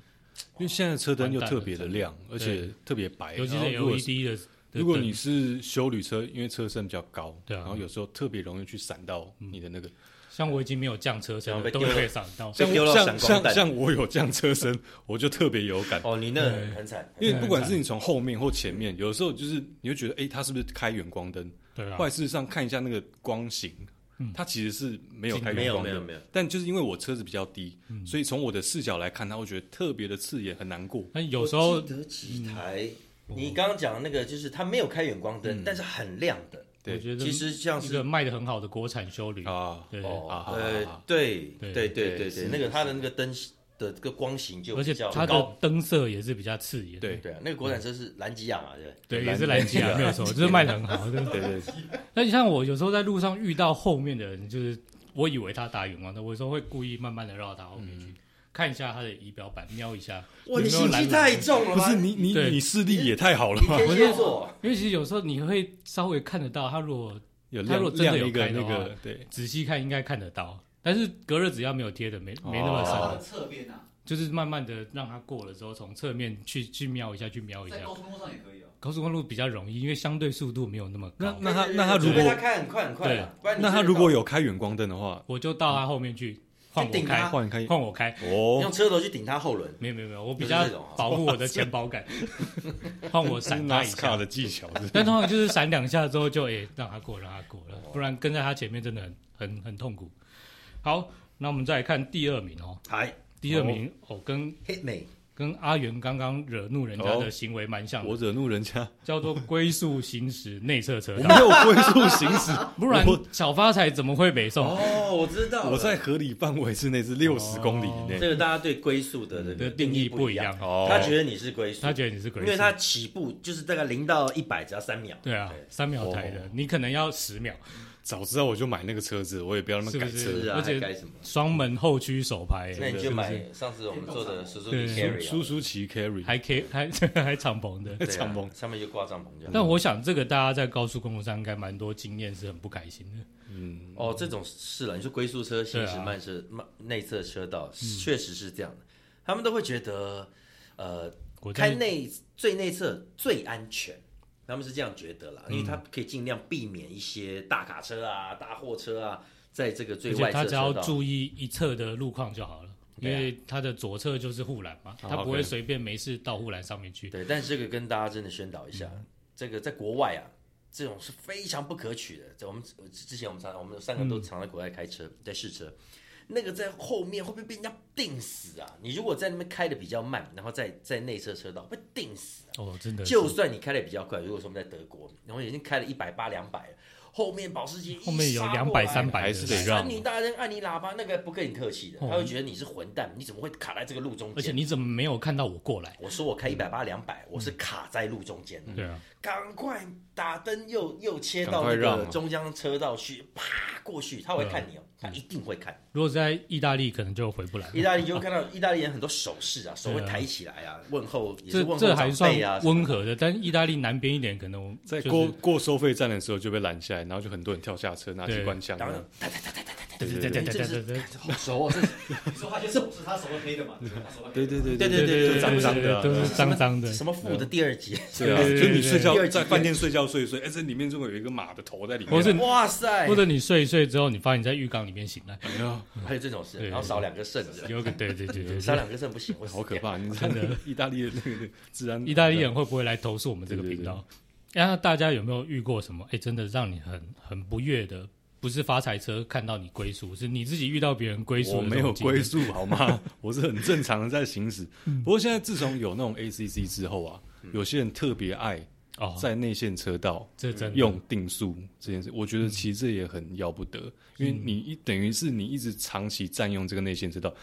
S4: 为现在的车灯又特别的亮，而
S3: 完蛋了
S4: 且特别白，
S3: 尤其
S4: 然后
S3: 是
S4: 如果
S3: LED 的的灯。
S4: 如果你是修旅车，因为车身比较高，
S3: 对啊嗯
S4: 然后有时候特别容易去闪到你的那个，
S3: 像我已经没有降车身
S1: 像
S3: 了，
S1: 被
S3: 都
S1: 丢了
S3: 可以闪到。
S1: 被丢到闪
S4: 像
S1: 光
S4: 像
S1: 弹，
S4: 像我有降车身， 我就特别有感，
S1: 哦，你那很惨，
S4: 因为不管是你从后面或前面，有时候就是你会觉得，哎，它是不是开远光灯？
S3: 对啊
S4: 后，来事实上看一下那个光型，
S3: 嗯
S4: 它其实是没有开
S1: 没
S4: 远
S1: 有
S4: 光
S1: 没有
S4: 灯，
S1: 没有，
S4: 但就是因为我车子比较低，
S3: 嗯
S4: 所以从我的视角来看，它会觉得特别的刺眼，很难过。
S3: 但有时候嗯哦
S1: 我记得几台，你刚刚讲的那个就是它没有开远光灯，但是很亮的，
S4: 对
S3: 嗯我觉得
S1: 其实像
S3: 一
S1: 是
S3: 个卖的很好的国产修旅，
S4: 啊，
S3: 对，
S4: 啊
S1: 哦
S4: 好，好
S1: 呃
S4: 好，
S1: 对
S3: 对
S1: 对对
S4: 对
S1: 对
S4: 是
S1: 对，那个它的那个灯的这个光型就
S3: 而且
S1: 比较
S3: 它
S1: 高
S3: 的灯色也是比较刺眼，
S4: 对
S1: 对啊，那个国产车是兰吉亚嘛，对不对？
S3: 对，
S4: 蓝
S3: 也是蓝吉啊，没有错，就是卖的很好，对。
S4: 对对，
S3: 那你像我有时候在路上遇到后面的人，就是我以为他打远光灯，我有时候会故意慢慢的绕到他后面去。
S4: 嗯
S3: 看一下他的仪表板，瞄一下。
S1: 哇，
S3: 有
S1: 你
S3: 没有
S1: 心
S3: 拦
S1: 机
S3: 我
S1: 太重了
S4: 不
S1: 吧？
S4: 是你你
S3: 对
S4: 你视力也太好了
S1: 你
S4: 吧？
S1: 天蝎座，
S3: 因为其实有时候你会稍微看得到，他如果
S4: 有
S3: 他如果
S4: 亮
S3: 真的
S4: 亮
S3: 有
S4: 一个
S3: 开的
S4: 那
S3: 话
S4: 个对，
S3: 仔细看应该看得到，但是隔热纸要没有贴的，没没那么
S2: 然
S3: 深，
S4: 哦
S2: 后它的侧边啊，
S3: 就是慢慢的让它过了之后，从侧面去去瞄一下，去瞄一下
S2: 在。高速公路上也可以哦。
S3: 高速公路比较容易，因为相对速度没有那么
S4: 那
S3: 高。
S4: 那他
S1: 对对对
S4: 那
S1: 对
S4: 他如
S1: 除非他
S4: 果
S1: 开很快很快啊，不然你
S4: 那他
S1: 追得
S4: 如果
S1: 到
S4: 有开远光灯的话，
S3: 我就到他后面去，换我
S1: 嗯顶
S3: 开
S1: 他，
S4: 换开
S3: 换我开。
S1: 你
S4: 哦，
S1: 用车头去顶他后轮，
S3: 没有没有没有，我比
S1: 就
S3: 较
S1: 是这种啊
S3: 保护我的钱包感， 换我闪他
S4: 纳
S3: 一
S4: 斯卡
S3: 下。
S4: 的技巧是不是
S3: 但通常就是闪两下之后就诶、让他过，让他过了，
S1: 哦
S3: 不然跟在他前面真的很很很痛苦。好，那我们再来看第二名哦，
S1: 还
S3: 第二名哦跟
S1: hit me，
S3: 跟阿元刚刚惹怒人家
S4: 哦
S3: 的行为蛮像的，
S4: 我惹怒人家，
S3: 叫做龟速行驶内侧车
S4: 我
S3: 道
S4: 没，有龟速行驶，
S3: 不然
S4: 我
S3: 小发财怎么会北宋？
S1: 哦，我知道了，
S4: 我在合理范围之内是六十公里以
S1: 这
S4: 内。
S1: 个大家对归宿的这
S3: 的
S1: 个
S3: 定义不
S1: 不
S3: 一
S1: 样
S3: 样，，
S4: 哦
S1: 他觉得你是归宿
S3: 他，觉得你是鬼
S1: 因
S3: 畜，
S1: 为他起步就是大概零到一百只要三秒，
S3: 对啊，三
S1: 哦
S3: 秒抬的，你可能要十秒，
S4: 早知道我就买那个车子，我也不要那么
S3: 是不
S4: 改
S3: 是
S4: 车
S1: 是。啊，
S3: 而且
S1: 还改什么？
S3: 双门后驱手排，
S1: 那你就
S3: 是不是
S1: 买上次我们做的 Suzuki
S3: 对
S1: Carry，
S4: 舒舒淇 carry
S3: 还可以还还敞篷的。
S1: 对啊
S4: 敞篷
S1: 上面就挂帐篷这样。
S3: 但我想这个大家在高速公路上应该蛮多经验是很不开心的，
S1: 哦，这种是
S3: 嗯
S1: 了，你说龟速车行
S3: 啊
S1: 驶慢车慢内侧车道，确实是这样的，他们都会觉得，呃，
S3: 国家
S1: 开内最内侧最安全，他们是这样觉得啦，因
S3: 嗯
S1: 为他可以尽量避免一些大卡车啊、大货车啊，在这个最
S3: 而且
S1: 外
S3: 他
S1: 侧
S3: 只要
S1: 车道。
S3: 注意一侧的路况就好了，因
S1: 对啊
S3: 为他的左侧就是护栏嘛，
S4: 好
S3: 他不会
S4: OK
S3: 随便没事到护栏上面去。
S1: 对，但是这个跟大家真的宣导一下，
S3: 嗯
S1: 这个在国外啊，这种是非常不可取的。在我们之之前我们常我们三个都
S3: 嗯
S1: 常在国外开车，在试车，那个在后面会不会被人家定死啊？你如果在那边开的比较慢，然后在在内侧车道被定死、啊。
S3: 哦，真的是
S1: 就算你开的比较快，如果说我们在德国，然后已经开了一百八、两百了，后面保时捷一
S3: 后面有
S1: 杀过
S3: 两百
S1: 来
S3: 三百
S4: 还是得让
S1: 你大人按你喇叭，那个不跟你客气的，他会觉得你是混蛋，你怎么会卡在这个路中间？
S3: 哦而且你怎么没有看到我过来？
S1: 我说我开一百八两百，我是卡在路中间的，
S3: 对啊，
S1: 赶快打灯又又切到
S4: 赶快
S1: 那
S4: 让
S1: 个
S4: 啊嗯
S1: 中央车道去，啪过去，他会看你哦，他一定会看。
S3: 如果是在意大利可能就回不来了。
S1: 意大利就会看到意大利人很多手势啊，手会抬起来啊，问候也是
S3: 这
S1: 问候
S3: 这还
S1: 长
S3: 算
S1: 辈啊，
S3: 温和的，但意大利南边一点可能
S4: 在
S3: 就是
S4: 过过收费站的时候就被拦下来，然后就很多人跳下车拿
S3: 对
S4: 机关枪
S1: 然后
S4: 啊，
S1: 哒哒哒哒哒哒哒，
S3: 对对对对对对对对
S1: 好熟哦，这是
S2: 你说他就手是他手是黑的嘛？对 他手是黑的
S4: 对对
S1: 对
S4: 对
S1: 对
S4: 对
S3: 对
S1: 对
S3: 对，
S4: 脏脏的啊
S3: 都是脏脏的。
S1: 什么父的第二集？
S4: 对啊，
S3: 对对
S4: 就是
S3: 对
S4: 你睡
S3: 对
S4: 觉
S1: 第二集
S4: 在饭店睡觉睡一睡，哎，这里面如果有一个马的头在里面，
S3: 或是
S1: 哇塞
S3: 或，者你睡一睡之后，你发现你在浴缸里面醒 来，
S4: 哎呀
S1: 还有这种事，
S3: 对
S1: 然后少两个肾，
S3: 有个对对对对
S1: 少
S3: 对，
S1: 两个肾不行，我死
S4: 好可
S1: 掉。
S4: 怕！你真的意大利的那个治安，
S3: 意大利人会不会来投诉我们这个频道？哎那大家有没有遇过什么？哎，真的让你很很不悦的，不是发财车看到你归宿，是你自己遇到别人归宿。
S4: 我没有归，宿好吗？ 我是很正
S3: 嗯
S4: 常的在行驶。不过现在自从有那种 ACC 之后啊，有些人特别爱
S3: 哦，
S4: 在内线车道
S3: 这真的
S4: 用定速这件事，我觉
S3: 嗯
S4: 得其实这也很要不得，因为你一等于是你一直长期占用这个内线车道。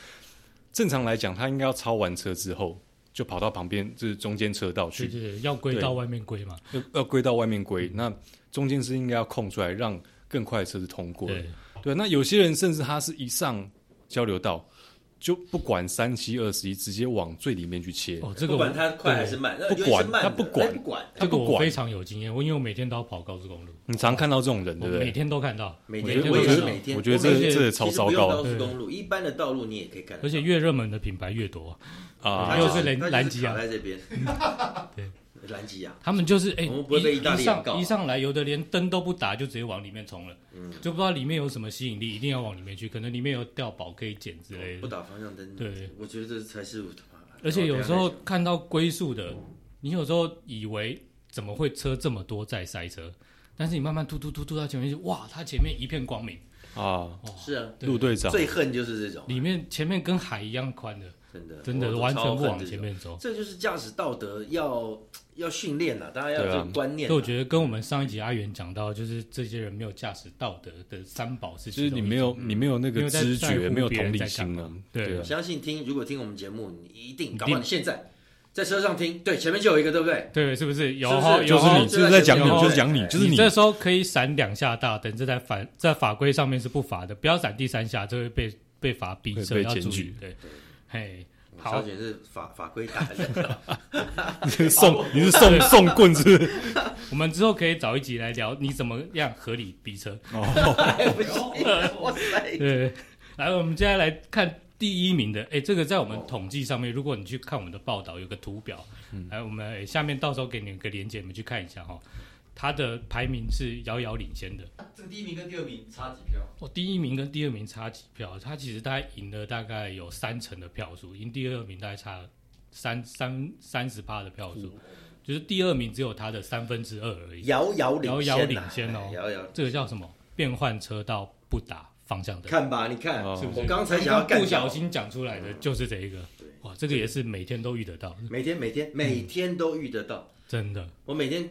S4: 正常来讲，他应该要超完车之后，就跑到旁边就是中间车道去
S3: 对，对对，要归到外面归嘛，
S4: 要要归到外面归，那中间是应该要空出来，让更快的车子通过。
S3: 对，
S4: 对，那有些人甚至他是一上交流道就不管三七二十一，直接往最里面去切。
S3: 哦，这
S1: 不
S3: 个我
S1: 管它快还是慢，那
S4: 不
S1: 尤
S4: 管
S1: 其是慢的
S4: 他不管
S1: 他不管，
S4: 他
S3: 这个
S4: 不
S3: 我
S4: 管
S3: 非，常有经验，我因为我每天都要跑高速公路，
S4: 你常看到这种人，
S3: 我
S4: 对不
S3: 哦每
S4: 对？
S3: 天都看到，
S1: 每
S4: 我
S1: 天
S4: 觉得
S1: 我
S4: 我
S1: 也
S4: 觉
S1: 是
S4: 得
S1: 每天，
S4: 我觉得
S1: 每
S4: 这
S1: 天
S4: 这也超糟糕
S1: 其实不用高速公路，一般的道路你也可以看得到，
S3: 而且越热门的品牌越多，
S4: 啊
S1: 它
S3: 又
S1: 就是它
S3: 兰
S1: 就是
S3: 兰吉亚
S1: 卡在这边，
S3: 啊
S1: 啊
S3: 对，
S1: 兰吉亚，
S3: 他们就是哎，
S1: 我们不会被
S3: 一
S1: 意大利
S3: 一
S1: 人告
S3: 上
S1: 啊嗯
S3: 一上来，有的连灯都不打就直接往里面冲了，就不知道里面有什么吸引力，一定要往里面去，可能里面有碉堡可以捡之类
S1: 哦不
S3: 的，
S1: 打方向灯，
S3: 对，
S1: 我觉得这才是我他妈的
S3: 而且有时候看到龟速的，你有时候以为怎么会车这么多在塞车，但是你慢慢突突突突到前面去，哇，它前面一片光明，哦
S4: 啊！
S1: 是啊，
S3: 对
S4: 陆队长，
S1: 最恨就是这种，
S3: 里面前面跟海一样宽的，
S1: 真的
S3: 真的
S1: 哦我
S3: 完全
S1: 超
S3: 不
S1: 恨
S3: 往
S1: 这种
S3: 前面走。
S1: 这就是驾驶道德要要训练了，大家要有
S4: 对啊
S1: 这个观念
S3: 所以
S1: 啦。
S3: 我觉得跟我们上一集阿元讲到，就是这些人没有驾驶道德的三宝是
S4: 就
S3: 其
S4: 是
S3: 中
S4: 你
S3: 一种，
S4: 没有你没有那
S3: 嗯没
S4: 个
S3: 有在
S4: 知
S3: 在乎
S4: 觉，没有
S3: 别人
S4: 同理
S3: 在干
S4: 心啊，
S3: 对
S4: 对啊，
S1: 相信听，如果听我们节目，你一定，
S3: 定
S1: 搞不好你现在在车上听，对，前面就有一个，对不对？
S3: 对，是不是？有
S1: 是不
S3: 哦
S1: 是
S3: 有
S4: 就是
S3: 哦
S4: 你，就是在讲你，
S3: 有
S4: 就是讲你，就是
S3: 你
S4: 你，
S3: 这时候可以闪两下大灯，这在法在法规上面是不罚的，不要闪第三下，这会被被罚逼
S4: 会
S3: 车
S4: 被
S3: 要
S4: 检
S3: 注意
S4: 举。
S3: 对，嘿，好
S1: 超嗯前是法法规打 人，
S3: 啊
S4: 送你是 送送棍子
S3: 我们之后可以找一集来聊你怎么样合理逼车。
S1: 哎不行，哇塞！
S3: 对， 来，我们接下来看第一名的，哎，这个在我们统计上面，如果你去看我们的报道，有个图表，
S4: 嗯
S3: 来，我们诶下面到时候给你个连接，你们去看一下哈、它的排名是遥遥领先的，
S2: 这个第一名跟第二名差几票？
S3: 哦，第一名跟第二名差几票？它其实大概赢了大概有三成的票数，赢第二名大概差三三三十趴的票数，就是第二名只有它的三分之二而已。
S1: 遥遥领
S3: 遥遥
S1: 先呐
S3: 领先哦
S1: 哎遥遥。
S3: 这个叫什么？变换车道不打方向灯。
S1: 看吧，你看，
S4: 哦
S1: 我刚才想要干
S3: 不
S1: 掉
S3: 小，心讲出来的就是这一个，哇，这个也是每天都遇得到的，
S1: 每天每
S2: 嗯
S1: 天每天都遇得到，
S3: 真的，
S1: 我每天。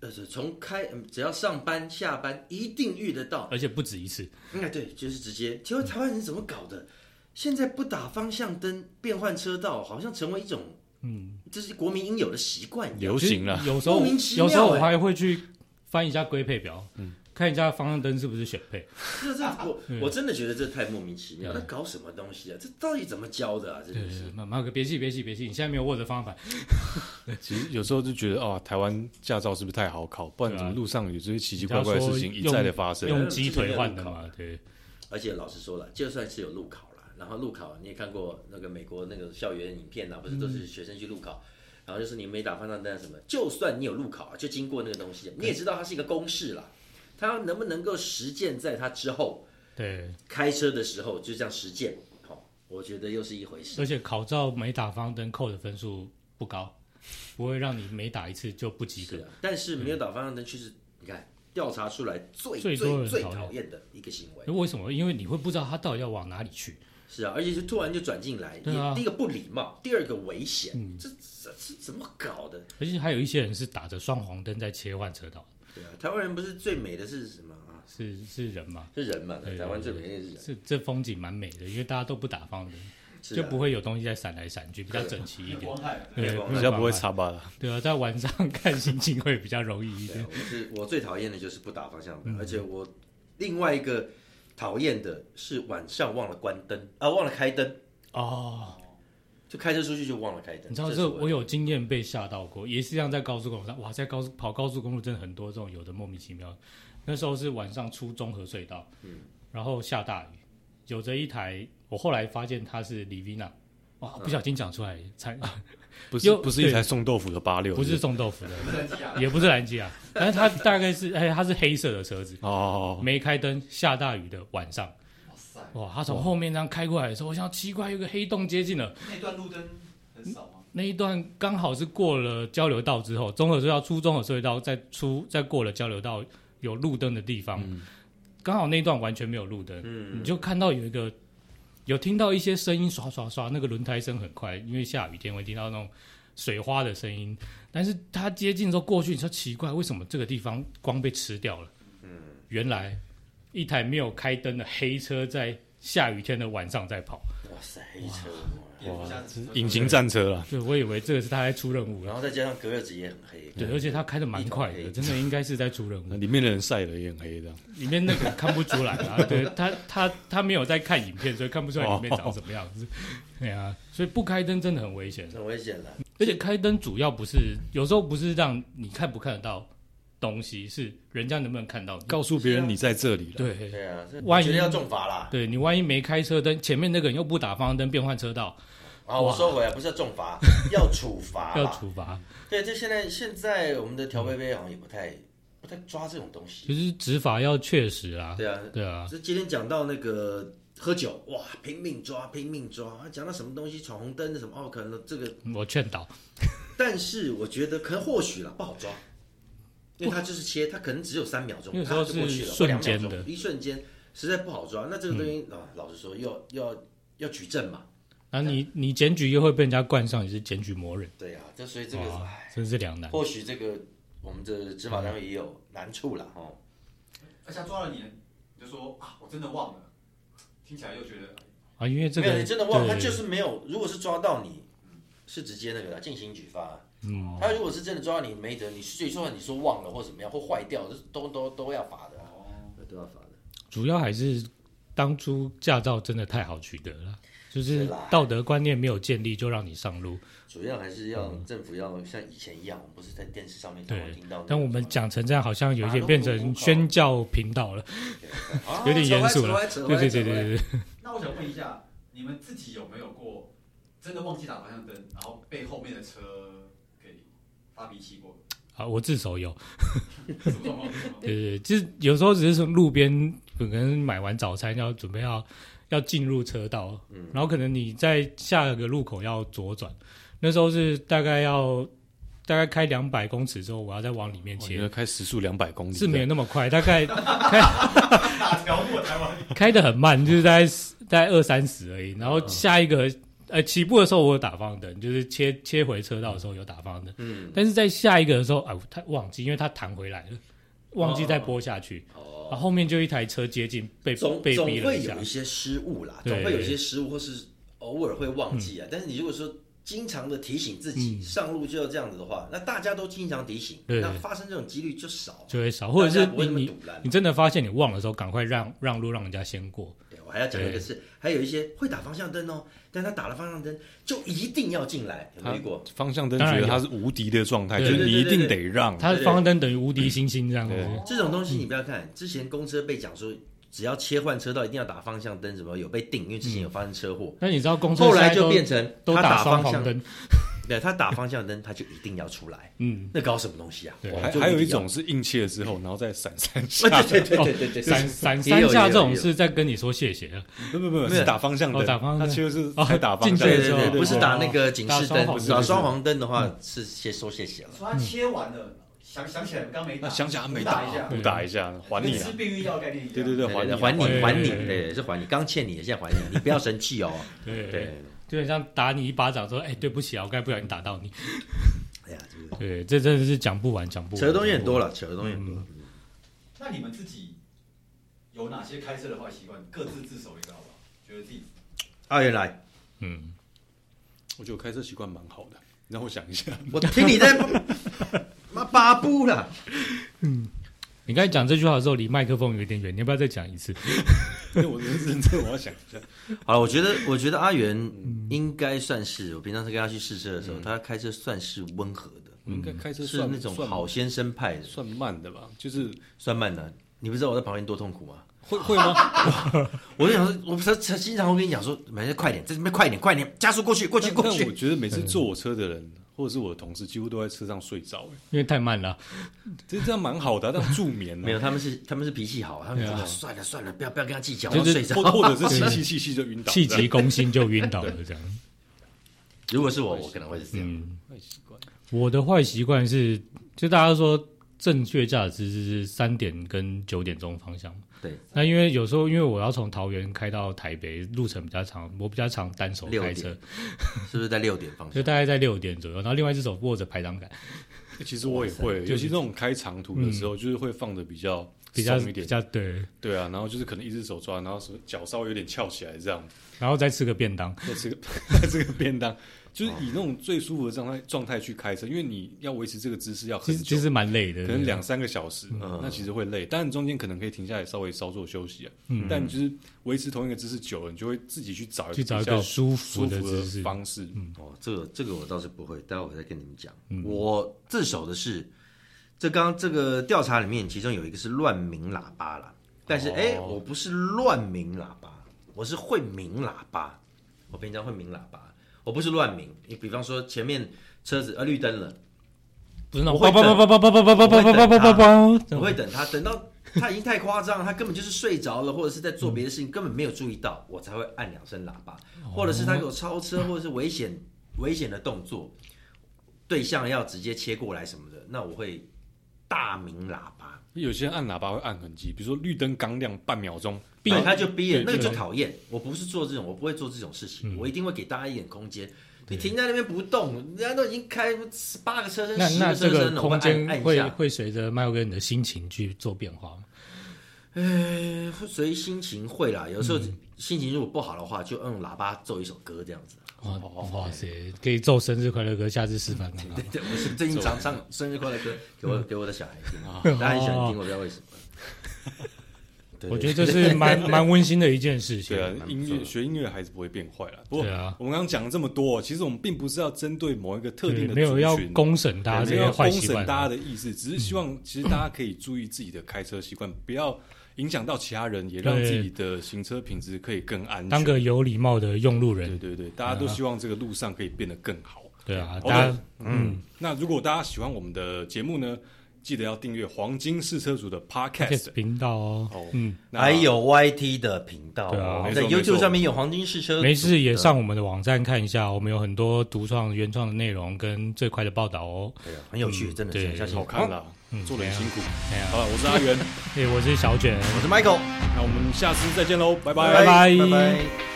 S1: 呃，从开嗯只要上班下班一定遇得到，
S3: 而且不止一次。
S1: 应该对，就是直接。结果台湾人怎么搞的？现在不打方向灯变换车道，好像成为一种嗯，这是国民应有的习惯一样。
S4: 流行了，
S3: 其实有时候
S1: 莫名其妙
S3: 有时候我
S1: 欸
S3: 还会去翻一下规配表，
S4: 嗯
S3: 看一下方向灯是不是选配。
S1: 这 这我
S3: 嗯
S1: 我真的觉得这太莫名其妙，那搞什么东西啊？这到底怎么教的啊？这
S3: 对
S1: 就
S3: 对
S1: 是
S3: 对，马马哥别气别气别气，你现在没有握着方向盘，
S4: 其实有时候就觉得啊，台湾驾照是不是太好考？不然
S3: 对啊
S4: 怎么路上有这些奇奇怪怪的事情一再的发生？
S3: 用鸡腿换的嘛，对，
S1: 而且老实说了，就算是有路考了，然后路考你也看过那个美国那个校园影片呐、啊不是都是
S3: 嗯
S1: 学生去路考，然后就是你没打方向灯啊什么，就算你有路考啊，就经过那个东西，你也知道它是一个公式啦，它能不能够实践在它之后
S3: 对，
S1: 开车的时候就这样实践，好、我觉得又是一回事。
S3: 而且考照没打方向灯扣的分数不高，不会让你每打一次就不及格
S1: 是。啊，但是没有打方向灯却是你看调查出来最
S3: 最多
S1: 最
S3: 人
S1: 最
S3: 讨厌
S1: 讨厌的一个行为。
S3: 为什么？因为你会不知道他到底要往哪里去。
S1: 是啊，而且是突然就转进来，
S3: 对啊嗯
S1: 你第一个不礼貌，第二个危险，这这这怎么搞的？
S3: 而且还有一些人是打着双黄灯在切换车道，
S1: 对啊，台湾人不是最美的是什么啊？
S3: 是是人嘛？
S1: 是人嘛，
S3: 对
S1: 台湾最美的是人，
S3: 这这风景蛮美的，因为大家都不打方向灯，
S1: 是
S3: 就
S1: 啊
S3: 不会呃有东西在闪来闪去，比较整齐一
S2: 没
S3: 点
S2: 光。害，
S3: 对，
S1: 对啊
S4: 比较不会。插吧了。
S3: 对啊，在晚上看心情会比较嗯容易一
S1: 对
S3: 点
S1: 啊，。我是我最讨厌的就是不打方向灯，而且我另外一个讨厌的是晚上忘了关灯啊，忘了开灯，
S3: 哦，
S1: 就开车出去就忘了开灯。
S3: 你知道
S1: 这是
S3: 这我有经验被吓到过，也是这样在高速公路上，哇，在高速跑高速公路真的很多这种有的莫名其妙。那时候是晚上出中和隧道，然后下大雨，有着一台，我后来发现它是 Livina，哇，不小心讲出来，才
S4: 不
S3: 又
S4: 是不是一台送豆腐的八六，
S3: 不是送豆腐的，
S2: 不生气啊！
S3: 也不是兰吉亚，但是它大概是，哎，它是黑色的车子，
S4: 哦，
S3: 没开灯，下大雨的晚上，
S2: 哇塞，
S3: 哇，它从后面这样开过来的时候，我想奇怪，有个黑洞接近了。
S2: 那段路灯很少吗？
S3: 那一段刚好是过了交流道之后，综合隧道出综合隧道，再出再过了交流道有路灯的地方，刚、好那一段完全没有路灯，嗯
S1: 嗯
S3: 你就看到有一个有听到一些声音刷刷刷，那个轮胎声很快，因为下雨天会听到那种水花的声音，但是它接近之后过去，你说奇怪，为什么这个地方光被吃掉了？嗯，原来一台没有开灯的黑车在下雨天的晚上在跑。
S1: 哇塞，黑车，
S2: 蝙蝠侠只是
S4: 隐形战车啦，
S3: 对，我以为这个是他在出任务，然
S1: 然
S3: 后
S1: 后再加上隔热纸也很黑，
S3: 对，而且他开的蛮快
S1: 一头
S3: 的，
S1: 黑
S3: 真的应该是在出任务
S4: 那。里面的人晒得也很黑这样。
S3: 里面那个看不出来啊，对他他他没有在看影片，所以看不出来里面长什么样子。
S1: 哦
S3: 对啊，所以不开灯真的很危险，
S1: 很危险的。
S3: 而且开灯主要不是有时候不是让你看不看得到东西，是人家能不能看到你。
S4: 告诉别人你在这里了，哦
S3: 对
S1: 对啊，这
S3: 万一
S1: 绝对要重罚啦！
S3: 对，你万一没开车灯，前面那个人又不打方向灯变换车道，
S1: 啊，我收回来，不是要重 罚，要处罚啦，
S3: 要处罚，
S1: 对，这现在现在我们的调杯杯好像也不太不太抓这种东西。
S3: 就是执法要确实啊。
S1: 对啊，
S3: 对啊，
S1: 这今天讲到那个喝酒，哇，拼命抓，拼命抓。啊讲到什么东西闯红灯的什么，哦，可能这个，
S3: 我劝导。
S1: 但是我觉得可能或许了不好抓，因为它就是切，它可能只有三秒钟，
S3: 有时
S1: 它
S3: 候
S1: 就过
S3: 是
S1: 去了，或
S3: 瞬
S1: 两秒
S3: 间
S1: 钟
S3: 的嗯
S1: 一瞬间实在不好抓。那这个东西啊，老实说，要要要举证嘛。
S3: 然
S1: 啊
S3: 后你你检举又会被人家冠上你是检举魔人，
S1: 对啊，这所以这个
S3: 哇
S1: 哎，
S3: 真是两难。
S1: 或许这个我们的执法单位也有难处
S3: 嗯
S1: 啦。哦。
S2: 而且他抓了你，你就说啊，我真的忘了，听起来又觉得
S3: 啊，因为这
S1: 没有，
S3: 个
S1: 你真的忘，
S3: 对
S1: 他就是没有。如果是抓到你，是直接那个啦，进行举发。
S3: 嗯，
S1: 他如果是真的抓到你没辙，你最说你说忘了或怎么样，或坏掉，这都都都要罚的啊，
S2: 哦，
S1: 都要罚的。
S3: 主要还是当初驾照真的太好取得了，就是
S1: 是啦
S3: 道德观念没有建立就让你上路。
S1: 主要还是要政府要像以前一样，我们不是在电视上面常常
S3: 对
S1: 听到那种。
S3: 但我们讲成这样，好像有一
S1: 马
S3: 点
S1: 路
S3: 变
S1: 不
S3: 成
S1: 能
S3: 宣教频道了，
S1: 啊
S3: 有点严肃
S1: 扯
S3: 了
S1: 歪。扯
S3: 对
S1: 歪
S3: 对
S1: 扯
S3: 对
S1: 歪
S3: 对对对，
S2: 那我想问一下，你们自己有没有过真的忘记打方向灯，然后被后面的车给发脾气过？
S3: 啊，我自 首有，
S2: 什么状况？什么状况
S3: 对对对，就是有时候只是从路边可能买完早餐要准备要要进入车道，
S1: 嗯
S3: 然后可能你在下个路口要左转，那时候是大概要大概开两百公尺之后，我要再往里面
S4: 我
S3: 切
S4: 觉。得开时速两百公里
S3: 是没有那么快，大概
S2: 哪条路啊台湾？
S3: 开的很慢，就是大概十大概二三十而已。然
S1: 嗯
S3: 后下一个，呃，起步的时候我有打方向灯，就是切切回车道的时候有打方向灯。
S1: 嗯，
S3: 但是在下一个的时候，啊，我他忘记，因为他弹回来了，忘记再拨下去，然后
S1: 哦，
S3: 后面就一台车接近被
S1: 总
S3: 被
S1: 总
S3: 逼了
S1: 会
S3: 一下
S1: 有一。些失误啦，
S3: 对嗯
S1: 总会有一些失误，或是偶尔会忘记啊。但是你如果说经常的提醒自己上路就要这样子的话，那大家都经常提醒，
S3: 对
S1: 那发生这种几率就少。
S3: 就会少，或者是
S1: 大家不会
S3: 你
S1: 那么
S3: 你
S1: 堵拦
S3: 你真的发现你忘了的时候，赶快让让路，让人家先过。
S1: 对，我还要讲一个是，还有一些会打方向灯哦，但他打了方向灯就一定要进来，有没有遇过？
S4: 方向灯
S3: 当然
S4: 觉
S3: 有
S4: 得它是无敌的状态，就
S3: 对
S4: 是你一定
S1: 对对对
S4: 得让。哦
S3: 他的方向灯等于无敌星星这样子，
S4: 对
S3: 哦
S1: 这种东西你不要看，之前公车被讲说只要切换车道一定要打方向灯，什么有被定，因为之前有发生车祸，
S3: 那你知道嗯公车
S1: 后
S3: 现
S1: 来
S3: 在
S1: 就
S3: 都
S1: 变成
S3: 都
S1: 他
S3: 打双
S1: 方
S3: 黄
S1: 向，
S3: 灯，
S1: 对他打方向灯他就一定要出来，
S3: 嗯，
S1: 那搞什么东西啊？
S3: 对
S1: 我
S4: 还
S1: 们就
S4: 还有一
S1: 定要
S4: 种是硬切了之后，然后再闪三下，
S1: 啊， 对对对对对对，
S3: 闪闪
S1: 也
S3: 三
S1: 有
S3: 下这种。
S1: 也有也有
S3: 是在跟你说谢谢了，
S4: 不不不，是打方向
S3: 哦
S4: 灯，
S3: 打方向
S4: 它
S3: 灯
S4: 切的是
S3: 哦
S4: 还打方
S3: 进
S4: 向
S3: 去
S4: 灯，
S1: 对对
S3: 的时候
S1: 对，
S4: 对
S1: 不是打那个警示灯
S3: 打双，黄
S1: 打双黄灯的话是先说谢谢了。
S2: 说他切完了，想想起来刚没打，
S4: 那想起来没
S2: 打
S4: 打
S2: 一下，
S4: 不打一下，还
S2: 跟
S4: 你
S2: 吃
S4: 啊！
S2: 避孕药的概念一样。
S4: 对对对，
S1: 对
S4: 还
S1: 对对
S4: 你啊
S1: 还
S3: 对
S1: 你还你，
S3: 对
S1: 对，是还你，刚欠你的现在还你，你不要生气哦。
S3: 对
S1: 对，
S3: 就很像打你一巴掌，说：“哎、对不起啊，我刚才不小心打到你。
S1: 哎呀，这”个
S3: 对，这真的是讲不完，讲不完。嗯
S1: 扯的东西很多
S3: 了。
S1: 了，扯的东西很多了。
S2: 那你们自己有哪些开车的坏习惯？各自自首一个好不好？觉得自己
S1: 阿元来，
S3: 嗯，
S4: 我觉得我开车习惯蛮好的，让我想一下，
S1: 我听你在 妈八步了，
S3: 你刚才讲这句话的时候，离麦克风有点远，你要不要再讲一次？
S4: 因为我认真，我要想一下。
S1: 好了，我觉得我觉得阿元
S3: 嗯
S1: 应该算是我平常是跟他去试车的时候，他开车算是温和的，
S4: 我
S3: 嗯
S4: 应该开车
S1: 是
S4: 算
S1: 那种
S4: 算
S1: 好先生派的，
S4: 算慢的吧，就是
S1: 算慢的。你不知道我在旁边多痛苦吗？
S4: 会会吗？
S1: 我就想说，我才才经常会跟你讲说，没事，快点，在这边快点，快点，加速过去，过去，
S4: 但
S1: 过
S4: 但我
S1: 去。
S4: 觉得每次坐我车的人，或者是我的同事，几乎都在车上睡着，哎
S3: 因为太慢了。
S4: 这这样蛮好的啊，但助眠啊
S1: 没有，他们是他们是脾气好，他们觉
S3: 对啊
S1: 得算了算了，不要不要跟他计较，
S3: 就
S1: 我
S3: 是
S1: 睡着。
S4: 或或者是气气气气就晕倒，
S3: 气急攻心就晕倒了，这样。
S1: 如果是我，我可能会是这样。
S3: 嗯，
S4: 这样坏习惯。
S3: 我的坏习惯是，就大家都说正确驾驶是三点跟九点钟方向。
S1: 对，
S3: 那因为有时候因为我要从桃园开到台北，路程比较长，我比较常单手
S1: 六
S3: 开
S1: 点
S3: 车，
S1: 是不是在六点方
S3: 就
S1: 向？
S3: 大概在六点左右，然后另外一只手握着排 挡杆，
S4: 哎其实我也会，
S3: 塞嗯
S4: 尤其这种开长途的时候，就是会放的比较
S3: 比较
S4: 松一
S3: 比
S4: 点，
S3: 较对，
S4: 对啊，然后就是可能一只手抓，然后手脚稍微有点翘起来这 样，
S3: 然后再吃个便当。
S4: 在这个在这个便当，就是以那种最舒服的状态状态去开车，因为你要维持这个姿势要
S3: 其
S4: 很
S3: 实
S4: 久
S3: 其，实蛮累的，
S4: 可能两三个小时，
S3: 嗯
S4: 那其实会累。当然中间可能可以停下来稍微稍作休息啊，但就是维持同一个姿势久了，你就会自己去找
S3: 嗯去找
S4: 比
S3: 一
S4: 较
S3: 个舒
S4: 舒
S3: 服的
S4: 服
S3: 姿
S4: 的
S3: 势。嗯
S4: 方式。
S1: 哦，这个这个我倒是不会，待会我再跟你们讲。我自首的是，这刚这个调查里面，其中有一个是乱鸣喇叭啦，但是哎、我不是乱鸣喇叭，我是会鸣喇叭，我平常会鸣喇叭，我不是乱鸣。你比方说前面车子呃绿灯了，
S3: 不是那
S1: 我
S3: 种
S1: 会
S3: 叭
S1: 等
S3: 叭叭叭叭叭叭叭叭叭叭叭叭叭，这
S1: 我
S3: 种
S1: 会等他，等到他已经太夸张了，他根本就是睡着了，或者是在做别的事
S3: 嗯
S1: 情，根本没有注意到，我才会按两声喇叭，
S3: 哦
S1: 或者是他有超车或者是危险危险的动作，对象要直接切过来什么的，那我会大鸣喇叭，
S4: 有些人按喇叭会按很急，比如说绿灯刚亮半秒钟，
S1: 逼
S3: 啊
S1: 他就逼了，
S4: 对
S1: 那个就
S4: 对
S1: 讨厌。我不是做这种，我不会做这种事
S3: 嗯
S1: 情，我一定会给大家一点空间。你停在那边不动，人家都已经开十八个车身、
S3: 那
S1: 十
S3: 那
S1: 个
S3: 这
S1: 车
S3: 个
S1: 身了，我
S3: 空
S1: 按按
S3: 间
S1: 一
S3: 会
S1: 下。
S3: 会随着麦克你的心情去做变化吗？
S1: 呃，随心情会啦，有时候心情如果不好的话，就用喇叭奏一首歌这样子。
S4: 哦
S3: 哇哇塞，哦可以奏生日快乐歌，下次示范看看。
S1: 对，我是最近常唱生日快乐歌 给我给我的小孩听，大家很喜欢听，我不知道为什么。对
S3: 我觉得这是 蛮蛮温馨的一件事情
S4: 啊对。啊
S1: 蛮，不
S4: 音
S1: 错
S4: 乐
S1: 的
S4: 学音乐还是不会变坏了。不过
S3: 对啊
S4: 我们刚刚讲了这么多，其实我们并不是要针对某一个特
S3: 对
S4: 定的
S3: 没有
S4: 族
S3: 要
S4: 群啊
S3: 公审大家
S4: 对没
S3: 这
S4: 有
S3: 些
S4: 要
S3: 坏
S4: 公
S3: 习
S4: 审
S3: 惯
S4: 大家
S3: 啊，
S4: 的意识，只是希望其实大家可以注意自己的开车习惯，不要影响到其他人，也让
S3: 对
S4: 自己的行车品质可以更安
S3: 当
S4: 全。
S3: 个有礼貌的用路
S4: 对
S3: 人。
S4: 对对，大家都希望这个路上可以变得更好。
S3: 对啊，
S4: 好的
S3: 大家
S4: 嗯，那如果大家喜欢我们的节目呢，记得要订阅黄金试车组的 Podcast
S3: podcast。频道
S4: 哦
S3: 哦，嗯，
S4: 那
S1: 还有 YT 的频道
S3: 对啊
S1: 哦，
S4: 没
S1: 在
S4: 错没错
S1: YouTube 上面有黄金试车，
S3: 没事也上我们的网站看一下，我们有很多独创原创的内容跟最快的报道哦。
S1: 对啊，很有趣，
S3: 嗯
S1: 真的
S3: 对
S1: 是相信
S4: 好
S1: 我
S4: 看啦，
S3: 嗯
S4: 做的很辛苦。
S3: 哎呀，
S4: 好了，我是 阿元，
S3: 哎对，我是小卷，
S1: 我是 Michael，
S4: 那我们下次再见喽，拜
S3: 拜
S4: 拜。
S1: 拜拜。